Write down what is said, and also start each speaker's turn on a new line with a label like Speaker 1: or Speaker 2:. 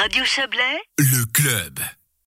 Speaker 1: Radio Chablais,
Speaker 2: le club.